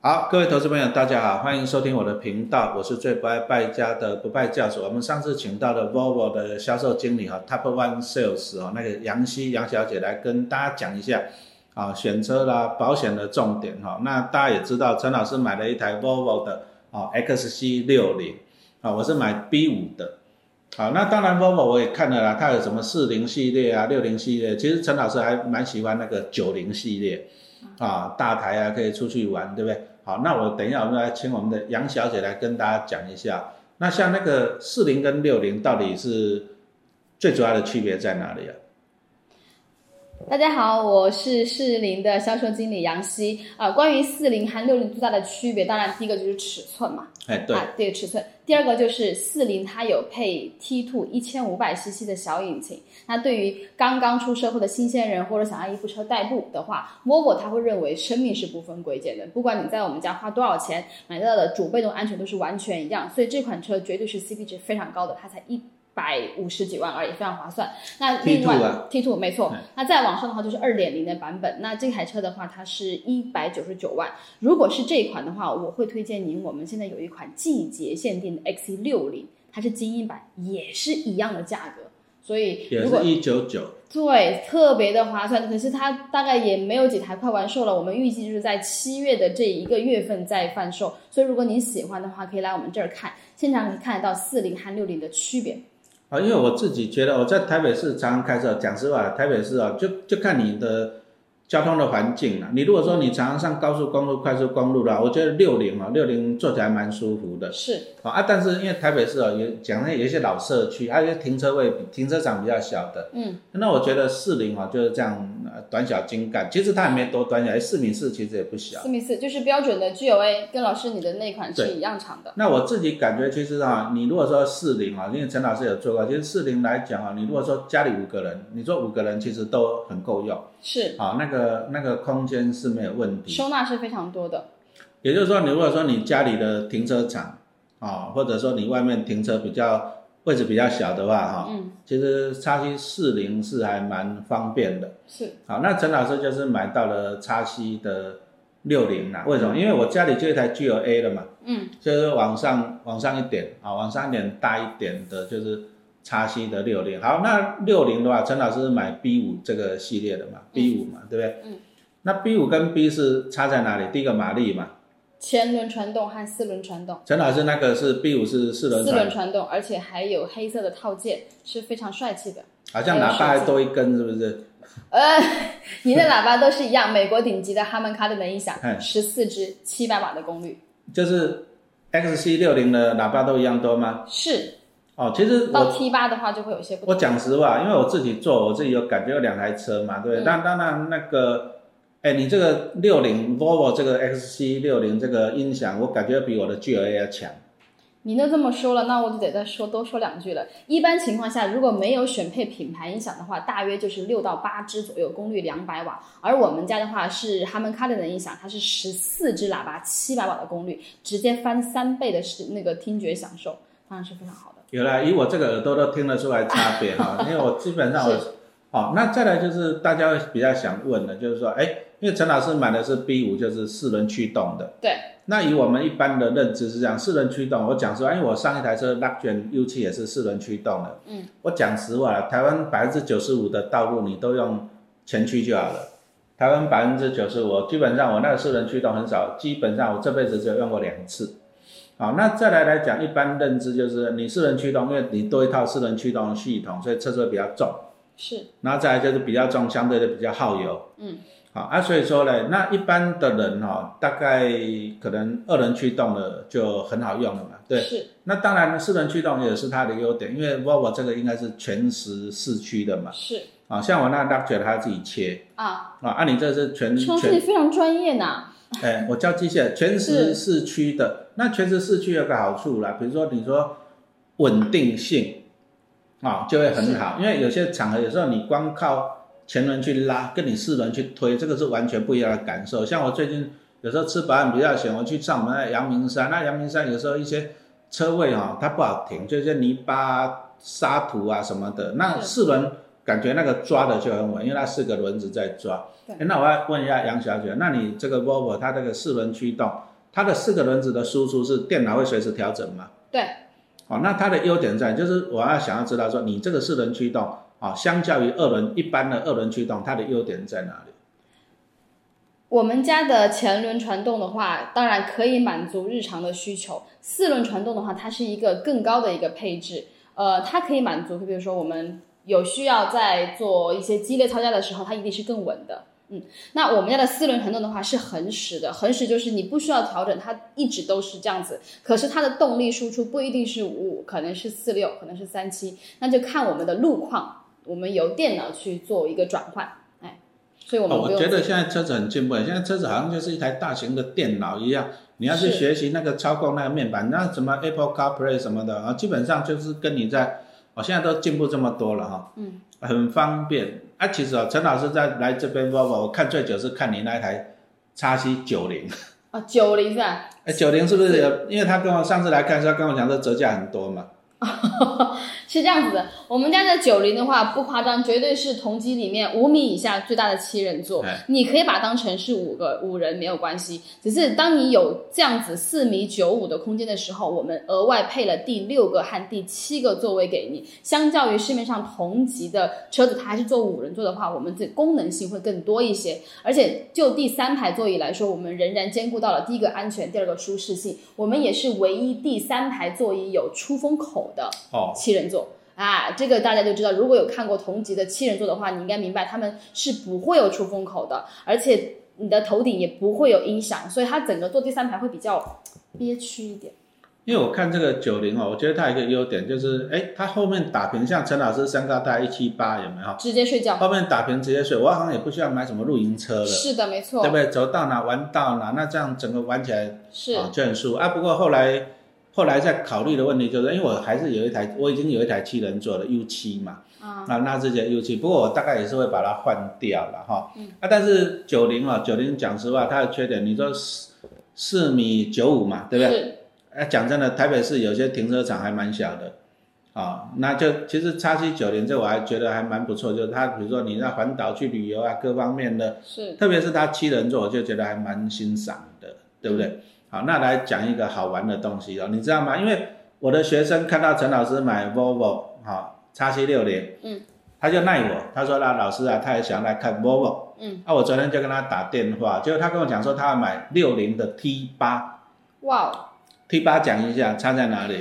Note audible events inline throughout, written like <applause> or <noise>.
好，各位投资朋友，大家好，欢迎收听我的频道，我是最不爱败家的不败教主。我们上次请到的 Volvo 的销售经理哈、t o p One Sales 哦，那个杨希杨小姐来跟大家讲一下啊，选车啦、保险的重点哈、那大家也知道，陈老师买了一台 Volvo 的哦 XC 六零啊，我是买 B 五的。好，那当然 Volvo 我也看了啦，它有什么四零系列啊、六零系列，其实陈老师还蛮喜欢那个九零系列。啊，大台啊，可以出去玩，对不对？好，那我等一下，我们来请我们的杨小姐来跟大家讲一下。那像那个四零跟六零到底是最主要的区别在哪里啊？大家好，我是适龄的销售经理杨希。啊，关于四零和六零最大的区别，当然第一个就是尺寸嘛，哎，对，啊，对，尺寸。第二个就是四零，它有配 T two 一千五百 CC 的小引擎。那对于刚刚出社会的新鲜人或者想要一部车代步的话，Volvo 它会认为生命是不分贵贱的，不管你在我们家花多少钱买到的主被动安全都是完全一样。所以这款车绝对是 CP 值非常高的，它才一百五十几万而已，非常划算。那另外 T2 啊 T two 没错嗯，那再往上的话就是二点零的版本。那这台车的话，它是一百九十九万。如果是这一款的话，我会推荐您，我们现在有一款季节限定的 XC 六零，它是精英版，也是一样的价格。所以也如是果一九九，对特别的划算，可是它大概也没有几台快完售了。我们预计就是在七月的这一个月份再贩售。所以如果您喜欢的话，可以来我们这儿看，现场可以看得到四零和六零的区别。啊，因为我自己觉得我在台北市常常开车，讲实话，台北市啊，就就看你的交通的环境啊了。你如果说你常常上高速公路、快速公路啦，我觉得六零啊，六零坐起来蛮舒服的。是好啊，但是因为台北市啊，有讲那有一些老社区，啊还有一些停车位、停车场比较小的，嗯，那我觉得四零啊就是这样呃短小精干，其实它也没多短小，四米四其实也不小四。米四就是标准的 G O A，跟老师你的那款对是一样长的。那我自己感觉其实啊，你如果说四零啊，因为陈老师有做过，其实四零来讲啊，你如果说家里五个人，你说五个人其实都很够用，是啊，那个那个空间是没有问题。收纳是非常多的，也就是说，你如果说你家里的停车场啊，或者说你外面停车比较位置比较小的话哈，嗯，其实叉七四零是还蛮方便的。是好，那陈老师就是买到了叉七的六零啦。为什么？因为我家里就一台 G L A 了嘛，嗯，就是往上往上一点啊，往上一点大一点的，就是叉七的六零。好，那六零的话，陈老师是买 B 五这个系列的嘛，B 五嘛，对不对？嗯。那 B 五跟 B 是差在哪里？第一个马力嘛，前轮传动和四轮传动，陈老师那个是 B 五是四轮四轮传，传动，而且还有黑色的套件，是非常帅气的。好像喇叭还还有手机多一根，是不是？呃，您的喇叭都是一样，美国顶级的哈曼卡顿的音响嗯，十四支，七百瓦的功率，就是 XC 六零的喇叭都一样多吗？是哦，其实我到 T 八的话就会有些不我同。讲实话，因为我自己做，我自己有感觉有两台车嘛，对不对？嗯但当然那个，哎，你这个六零 Volvo 这个 XC 六零这个音响，我感觉比我的 GLA 要强。您都这么说了，那我就得再说多说两句了。一般情况下，如果没有选配品牌音响的话，大约就是六到八支左右，功率两百瓦。而我们家的话是哈曼卡顿的音响，它是十四支喇叭，七百瓦的功率，直接翻三倍的是那个听觉享受，当然是非常好的。有了，以我这个耳朵都听得出来差别 <laughs> 哈，因为我基本上我，哦，那再来就是大家会比较想问的，就是说，哎，因为陈老师买的是 B 五，就是四轮驱动的。对，那以我们一般的认知是这样，四轮驱动。我讲说，因为哎我上一台车 l u x u r U 7也是四轮驱动的。嗯，我讲实话，台湾百分之九十五的道路你都用前驱就好了。台湾百分之九十五，基本上我那个四轮驱动很少，基本上我这辈子只有用过两次。好，那再来来讲，一般认知就是你四轮驱动，因为你多一套四轮驱动的系统，所以车子会比较重。是然后再来就是比较重，相对的比较耗油。嗯，好啊，所以说呢，那一般的人哈、大概可能二轮驱动的就很好用了嘛。对，是那当然四轮驱动也是它的优点，因为 Volvo 这个应该是全时四驱的嘛。是啊，像我那 l u x u r 它自己切啊，啊，啊你这是全陈老师你全非常专业呐。哎，我教机械全时是四驱的。那全时四驱有个好处啦，比如说你说稳定性啊、就会很好，因为有些场合有时候你光靠前轮去拉，跟你四轮去推，这个是完全不一样的感受。像我最近有时候吃饱饭比较闲，我去上我们的阳明山，那阳明山有时候一些车位哈、它不好停，就是泥巴、沙土啊什么的，那是四轮感觉那个抓的就很稳，因为它四个轮子在抓。对诶那我要问一下杨小姐，那你这个 Volvo 它这个四轮驱动，它的四个轮子的输出是电脑会随时调整吗？对。哦，那它的优点在就是我要想要知道说你这个四轮驱动啊、哦，相较于二轮一般的二轮驱动，它的优点在哪里？我们家的前轮传动的话，当然可以满足日常的需求。四轮传动的话，它是一个更高的一个配置，呃，它可以满足，比如说我们有需要在做一些激烈操架的时候，它一定是更稳的。嗯，那我们家的四轮传动的话是恒时的，恒时就是你不需要调整，它一直都是这样子。可是它的动力输出不一定是五五，可能是四六，可能是三七，那就看我们的路况，我们由电脑去做一个转换。哎所以我们、哦、我觉得现在车子很进步，现在车子好像就是一台大型的电脑一样。你要去学习那个操控那个面板，那什么 Apple CarPlay 什么的啊，基本上就是跟你在，我、哦、现在都进步这么多了哈、哦，嗯，很方便。啊，其实啊，陈老师在来这边 Volvo，我看最久是看你那台叉七九零。啊，九零是吧？哎，九零是不是有？因为他跟我上次来看时候跟我讲说折价很多嘛。是这样子的，我们家的九零的话不夸张，绝对是同级里面五米以下最大的七人座。你可以把它当成是五个五人没有关系，只是当你有这样子四米九五的空间的时候，我们额外配了第六个和第七个座位给你。相较于市面上同级的车子，它还是坐五人座的话，我们这功能性会更多一些。而且就第三排座椅来说，我们仍然兼顾到了第一个安全，第二个舒适性。我们也是唯一第三排座椅有出风口的哦。七人座啊，这个大家就知道。如果有看过同级的七人座的话，你应该明白他们是不会有出风口的，而且你的头顶也不会有音响，所以它整个坐第三排会比较憋屈一点。因为我看这个九零哦，我觉得它有一个优点就是，哎，它后面打平，像陈老师身高大概一七八，有没有？直接睡觉。后面打平直接睡，我好像也不需要买什么露营车了。是的，没错。对不对？走到哪玩到哪，那这样整个玩起来是啊就很舒服啊。不过后来。后来再考虑的问题就是，因为我还是有一台，我已经有一台七人座的 U 七嘛，啊，那那这些 U 七，不过我大概也是会把它换掉了哈。嗯。啊，但是九零啊，九零讲实话，它的缺点，你说四四米九五嘛，对不对？哎、啊，讲真的，台北市有些停车场还蛮小的，啊，那就其实叉七九零这我还觉得还蛮不错，就是它比如说你在环岛去旅游啊，各方面的，是，特别是它七人座，我就觉得还蛮欣赏的，对不对？嗯好，那来讲一个好玩的东西哦，你知道吗？因为我的学生看到陈老师买 Volvo 哈叉七六零，嗯，他就赖我，他说那老师啊，他也想来看 Volvo，嗯，啊，我昨天就跟他打电话，结果他跟我讲说他要买六零的 T 八，哇哦，T 八讲一下差在哪里？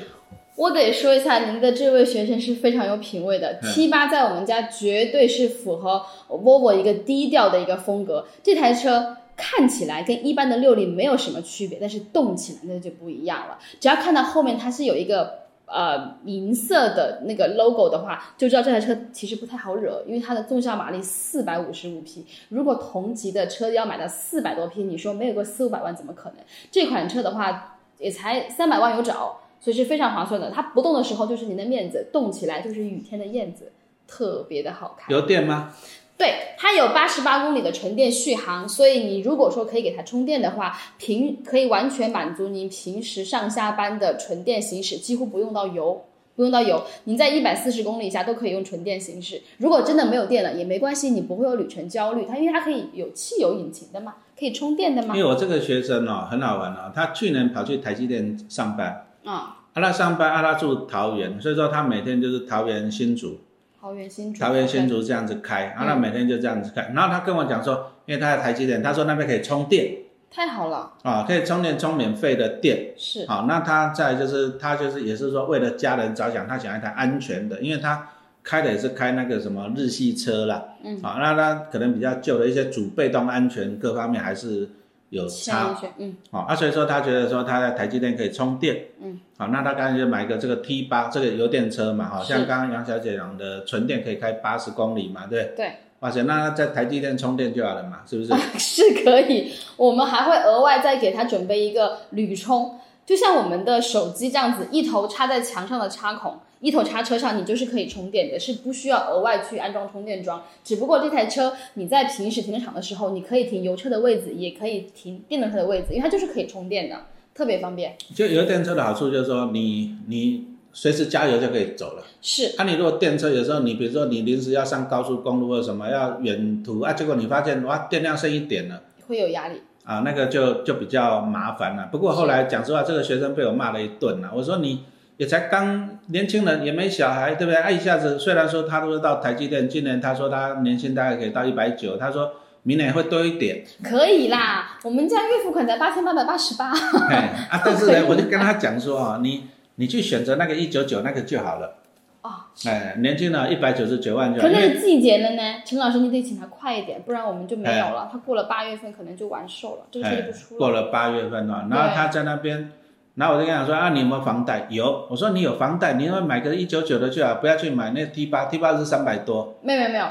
我得说一下，您的这位学生是非常有品味嗯的。T 八在我们家绝对是符合 Volvo 一个低调的一个风格，这台车。看起来跟一般的六零没有什么区别，但是动起来那就不一样了。只要看到后面它是有一个呃银色的那个 logo 的话，就知道这台车其实不太好惹，因为它的纵向马力四百五十五匹，如果同级的车要买到四百多匹，你说没有个四五百万怎么可能？这款车的话也才三百万有找，所以是非常划算的。它不动的时候就是您的面子，动起来就是雨天的燕子，特别的好看。有电吗？对，它有八十八公里的纯电续航，所以你如果说可以给它充电的话，平可以完全满足您平时上下班的纯电行驶，几乎不用到油，不用到油，您在一百四十公里以下都可以用纯电行驶。如果真的没有电了也没关系，你不会有旅程焦虑，它因为它可以有汽油引擎的嘛，可以充电的嘛。因为我这个学生哦，很好玩哦，他去年跑去台积电上班，啊、啊他上班，啊他住桃园，所以说他每天就是桃园新竹。桃园新竹，桃园新竹这样子开，啊然后他每天就这样子开。然后他跟我讲说，因为他在台积电，他说那边可以充电太好了，啊、可以充电充免费的电。是好、那他再就是他就是也是说为了家人着想，他想要一台安全的，因为他开的也是开那个什么日系车啦。嗯好、那他可能比较旧的一些主被动安全各方面还是有像一差。圈，嗯，好、啊，所以说他觉得说他在台积电可以充电。嗯，好、那他刚才就买一个这个 T 八这个油电车嘛，好、是像刚刚杨小姐讲的纯电可以开八十公里嘛，对不对。对，哇塞，那在台积电充电就好了嘛，是不是？哦 <laughs> 是可以。我们还会额外再给它准备一个铝充，就像我们的手机这样子，一头插在墙上的插孔，一头插车上，你就是可以充电的，是不需要额外去安装充电桩。只不过这台车你在平时停车场的时候，你可以停油车的位置，也可以停电动车的位置，因为它就是可以充电的，特别方便。就油电车的好处就是说你，你随时加油就可以走了。是啊，你如果电车有时候你比如说你临时要上高速公路或者什么要远途啊，结果你发现哇电量剩一点了会有压力，啊，那个就就比较麻烦了。不过后来讲实啊话，这个学生被我骂了一顿啊了。我说你也才刚年轻人，也没小孩，对不对？啊，一下子虽然说他都是到台积电，今年他说他年薪大概可以到一百九，他说明年会多一 <laughs> 点。可以啦，我们家岳父可能才八千八百八十八，嘿啊，但是呢，我就跟他讲说啊，你你去选择那个一九九那个就好了。哦，哎，年轻人一百九十九万就好，可因为是季节了呢，陈老师你得请他快一点，不然我们就没有了。他过了八月份可能就完售了，这个哎车就不出过了。了八月份了，然后他在那边，然后我就跟他说啊，你有没有房贷？有，我说你有房贷，你要买个一九九的就好，不要去买那 T 八，T 八是三百多，没有没有没有，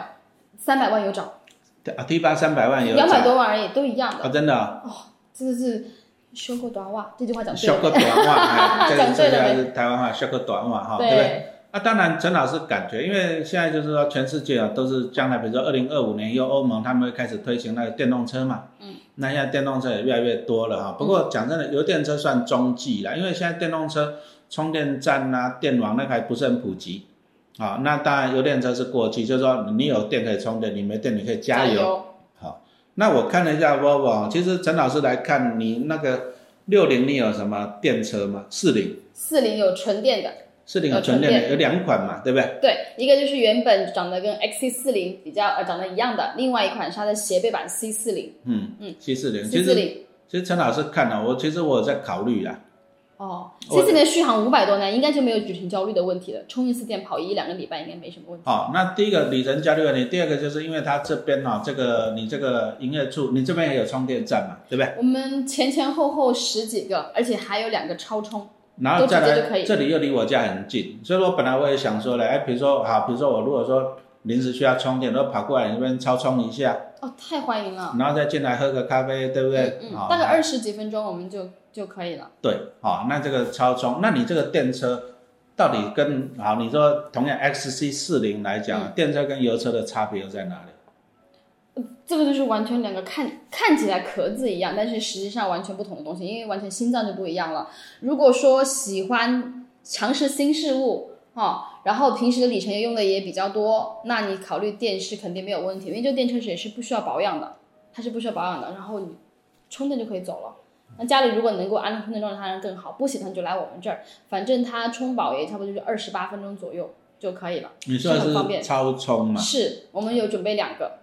三百万有找，啊 T 八三百万有两百找多万而已，都一样的。啊，真的哦，这个是修过短袜，这句话讲对修了。个短袜， <laughs> 哎这个讲这对个了是台湾话，修个短袜哈，对不对？对，啊，当然，陈老师感觉，因为现在就是说，全世界啊都是将来，比如说二零二五年以后，欧盟他们会开始推行那个电动车嘛。嗯。那现在电动车也越来越多了哈。不过讲真的，油电车算中继啦，因为现在电动车充电站啊、电网那个还不是很普及。啊、那当然油电车是过去，就是说你有电可以充电，你没电你可以加油。油。好，那我看了一下 Volvo，其实陈老师来看你那个六零，你有什么电车吗？四零，四零有纯电的，四零有有呃纯纯电的，电有两款嘛，对不对？对，一个就是原本长得跟 XC 四零比较呃长得一样的，另外一款是它的斜背版 C 四零嗯嗯嗯，七四零，其，C 四实零其实陈老师看了、我其实我有在考虑啦，哦我，C 四零的续航五百多呢，应该就没有旅程焦虑的问题了，充一次电跑一两个礼拜应该没什么问题。哦，那第一个里程焦虑问题，第二个就是因为它这边哦，这个你这个营业处，你这边也有充电站嘛，对不对？我们前前后后十几个，而且还有两个超充，然后再都直接就可来以这里又离我家很近，所以我本来我也想说嘞，哎，比如说好，比如说我如果说临时需要充电，我跑过来你这边超充一下，哦，太欢迎了。然后再进来喝个咖啡，对不对？嗯，哦大概二十几分钟我们就就可以了。对，好、那这个超充，那你这个电车到底跟好，你说同样 XC 四零来讲，嗯电车跟油车的差别又在哪里？这个就是完全两个看看起来壳子一样，但是实际上完全不同的东西，因为完全心脏就不一样了。如果说喜欢尝试新事物，哦，然后平时的里程也用的也比较多，那你考虑电池肯定没有问题，因为这电车也是不需要保养的，它是不需要保养的，然后你充电就可以走了。那家里如果能够安装充电桩，当然更好；不喜欢就来我们这儿，反正它充饱也差不多就是二十八分钟左右就可以了。你说的是很方是便超充嘛？是我们有准备两个，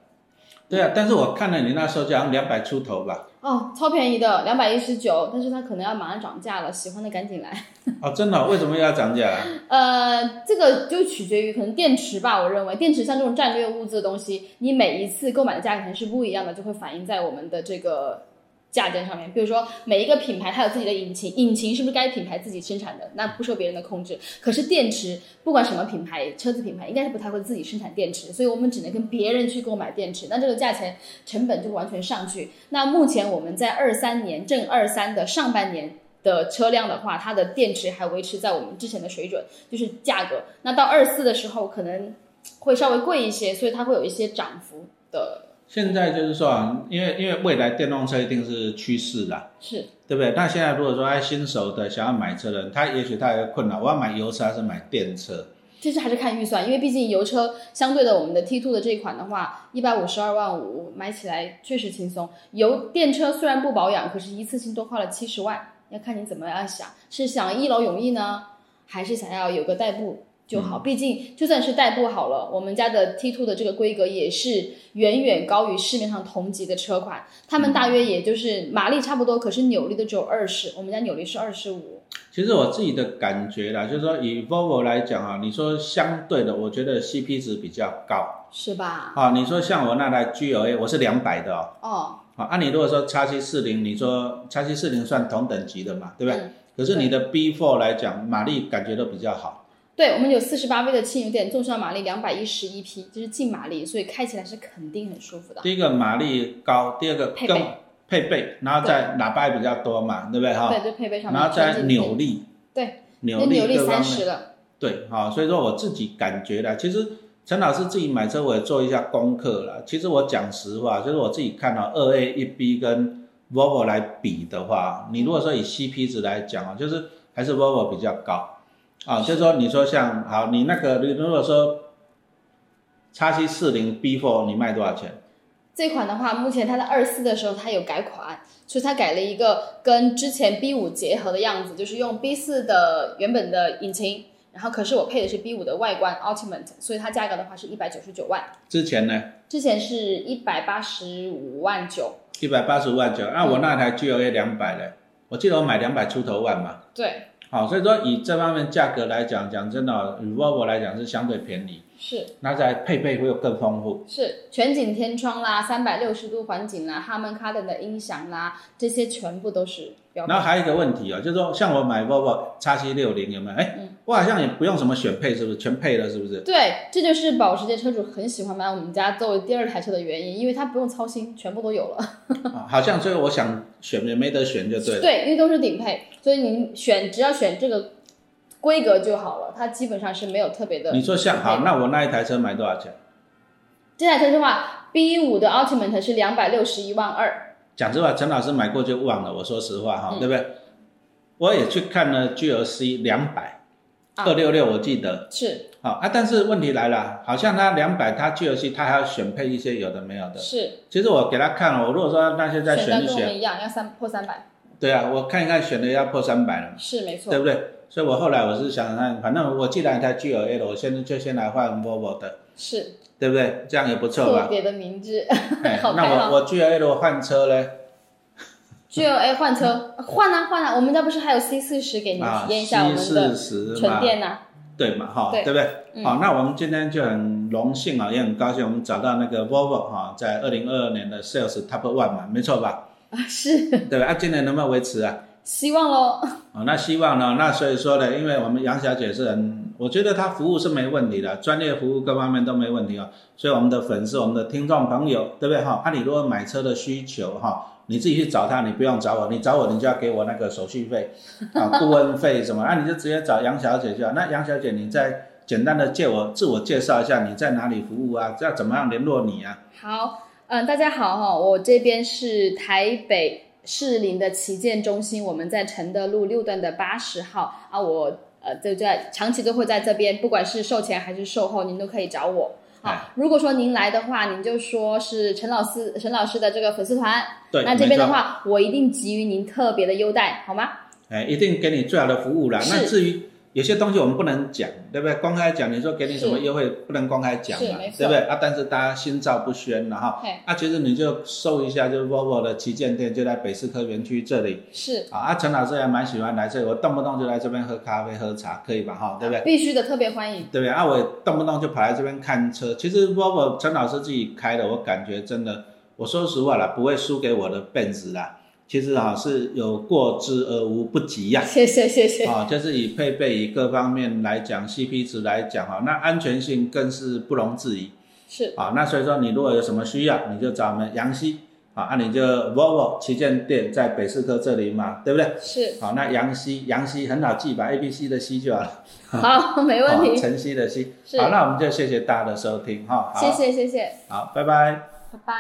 对啊，但是我看了你那售价好像两百出头 <laughs> 吧？哦，超便宜的，两百一十九，但是它可能要马上涨价了，喜欢的赶紧来。 <laughs> 哦，真的哦、为什么又要涨价啊、呃，这个就取决于可能电池吧，我认为电池像这种战略物资的东西，你每一次购买的价钱是不一样的，就会反映在我们的这个价钱上面。比如说每一个品牌它有自己的引擎，引擎是不是该品牌自己生产的，那不受别人的控制。可是电池不管什么品牌，车子品牌应该是不太会自己生产电池，所以我们只能跟别人去购买电池，那这个价钱成本就完全上去。那目前我们在二三年正二三的上半年。的车辆的话，它的电池还维持在我们之前的水准，就是价格。那到二四的时候可能会稍微贵一些，所以它会有一些涨幅的。现在就是说啊，因为因为未来电动车一定是趋势啦，是对不对？那现在如果说哎新手的想要买车的人，他也许他有困扰，我要买油车还是买电车？其实还是看预算，因为毕竟油车相对的我们的 T2 的这一款的话，一百五十二万五买起来确实轻松。油电车虽然不保养，可是一次性多花了七十万，要看你怎么样想，是想一劳永逸呢，还是想要有个代步就好？毕竟就算是代步好了，我们家的 T2 的这个规格也是远远高于市面上同级的车款，他们大约也就是马力差不多，可是扭力的只有二十，我们家扭力是二十五。其实我自己的感觉啦，就是说以 Volvo 来讲啊，你说相对的，我觉得 CP 值比较高是吧？啊。你说像我那台 GLA，我是两百的哦。哦，啊，按、你如果说 x 七四零，你说 x 七四零算同等级的嘛，对不对？嗯可是你的 B4 来讲，马力感觉都比较好。对，我们有四十八 V 的轻油电，纵向马力两百一十一匹，这是净马力，所以开起来是肯定很舒服的。第一个马力高，第二个配更备配备，然后再喇叭也比较多嘛，对不对哈？对，这配备上面，啊然后再扭，力，对，扭那扭力各方三面十了，对，好、所以说我自己感觉啦，其实陈老师自己买车我也做一下功课啦。其实我讲实话，就是我自己看到二 A 一 B 跟 Volvo 来比的话，你如果说以 CP 值来讲啊，就是还是 Volvo 比较高啊。就是说你说像好，你那个你如果说 x 七四零 B4 你卖多少钱？这款的话，目前它在二四的时候它有改款，所以它改了一个跟之前 B 五结合的样子，就是用 B 四的原本的引擎，然后可是我配的是 B 五的外观 Ultimate，所以它价格的话是一百九十九万，之前呢，之前是一百八十五万九，一百八十万九，啊那我那台 G L A 两百嘞，我记得我买两百出头万嘛。对，好，所以说以这方面价格来讲，讲真的哦，与 Volvo 来讲是相对便宜，是那在配备会有更丰富。是全景天窗啦，三百六十度环景啦，哈曼卡顿的音响啦，这些全部都是标配然后还有一个问题哦，就是说像我买 Volvo x C 六零有没有？哎、嗯我好像也不用什么选配，是不是全配了？是不 <laughs> 是？对，这就是保时捷车主很喜欢买我们家作为第二台车的原因，因为他不用操心，全部都有了。啊好像所以我想选也没得选就对了。对，因为都是顶配，所以你选只要选这个规格就好了，它基本上是没有特别的你。说像好，那我那一台车买多少钱？这台车的话，B 五的 Ultimate 是两百六十一万二，讲实话，陈老师买过就忘了。我说实话哈、嗯对不对？我也去看了 GLC 两百啊二六六，我记得。是好啊，但是问题来了，好像它两百，它 GLC 它还要选配一些有的没有的。是，其实我给他看了，我如果说那些再选选单一跟我选，们一样，要三破三百，对啊，我看一看选的要破三百了，是没错对，不对？所以我后来我是想想看，反正我既然它 G L L，我现在就先来换 Volvo 的，是对不对？这样也不错特吧？别的明智。哎 <laughs> 好看那哦我我 G L L 换车嘞 G L A 哎换车，换啊换啊，我们家不是还有 C 四十给你啊体验一下我，C 们四的十纯嘛，电呐、对嘛哈，对对不对？嗯好，那我们今天就很荣幸啊，也很高兴，我们找到那个 Volvo 哈，在二零二二年的 Sales Top One 嘛，没错吧？啊，是对吧？啊，今年能不能维持啊？希望喽。哦，那希望呢？那所以说呢，因为我们杨小姐是很，我觉得她服务是没问题的，专业服务各方面都没问题哦。所以我们的粉丝、我们的听众朋友，对不对哈？那、啊你如果买车的需求哈、你自己去找他，你不用找我，你找我你就要给我那个手续费啊、顾问费什么，那、你就直接找杨小姐就好。那杨小姐，你再简单的借我自我介绍一下，你在哪里服务啊？要怎么样联络你啊？好，嗯，大家好哈，我这边是台北士林的旗舰中心，我们在承德路六段的八十号啊，我呃就在长期都会在这边，不管是售前还是售后，您都可以找我。哎好，如果说您来的话，您就说是陈老师陈老师的这个粉丝团，对，那这边的没错，话，我一定给予您特别的优待，好吗？哎，一定给你最好的服务啦。是那至于有些东西我们不能讲，对不对？公开讲，你说给你什么优惠，不能公开讲是嘛没，错对不对？啊，但是大家心照不宣了哈。嘿，啊，其实你就搜一下，就是 Volvo 的旗舰店就在北四科园区这里是啊。啊，陈老师还蛮喜欢来这里，我动不动就来这边喝咖啡、喝茶，可以吧？哈，对不对？必须的，特别欢迎。对不对？啊，我也动不动就跑来这边看车。其实 Volvo 陈老师自己开的，我感觉真的，我说实话啦，不会输给我的 Benz 啦。其实啊，是有过之而无不及呀、谢谢谢谢，啊、就是以配备以各方面来讲，CP 值来讲啊哈，那安全性更是不容置疑是啊。那所以说，你如果有什么需要，你就找我们杨希啊，那你就 Volvo 旗舰店在北四科这里嘛，对不对？是，好，那杨希，杨希很好记吧？A B C 的 C 就好了，好，没问好题，晨曦的曦。是好，那我们就谢谢大家的收听哈，好谢，谢谢谢，好，拜拜。拜拜。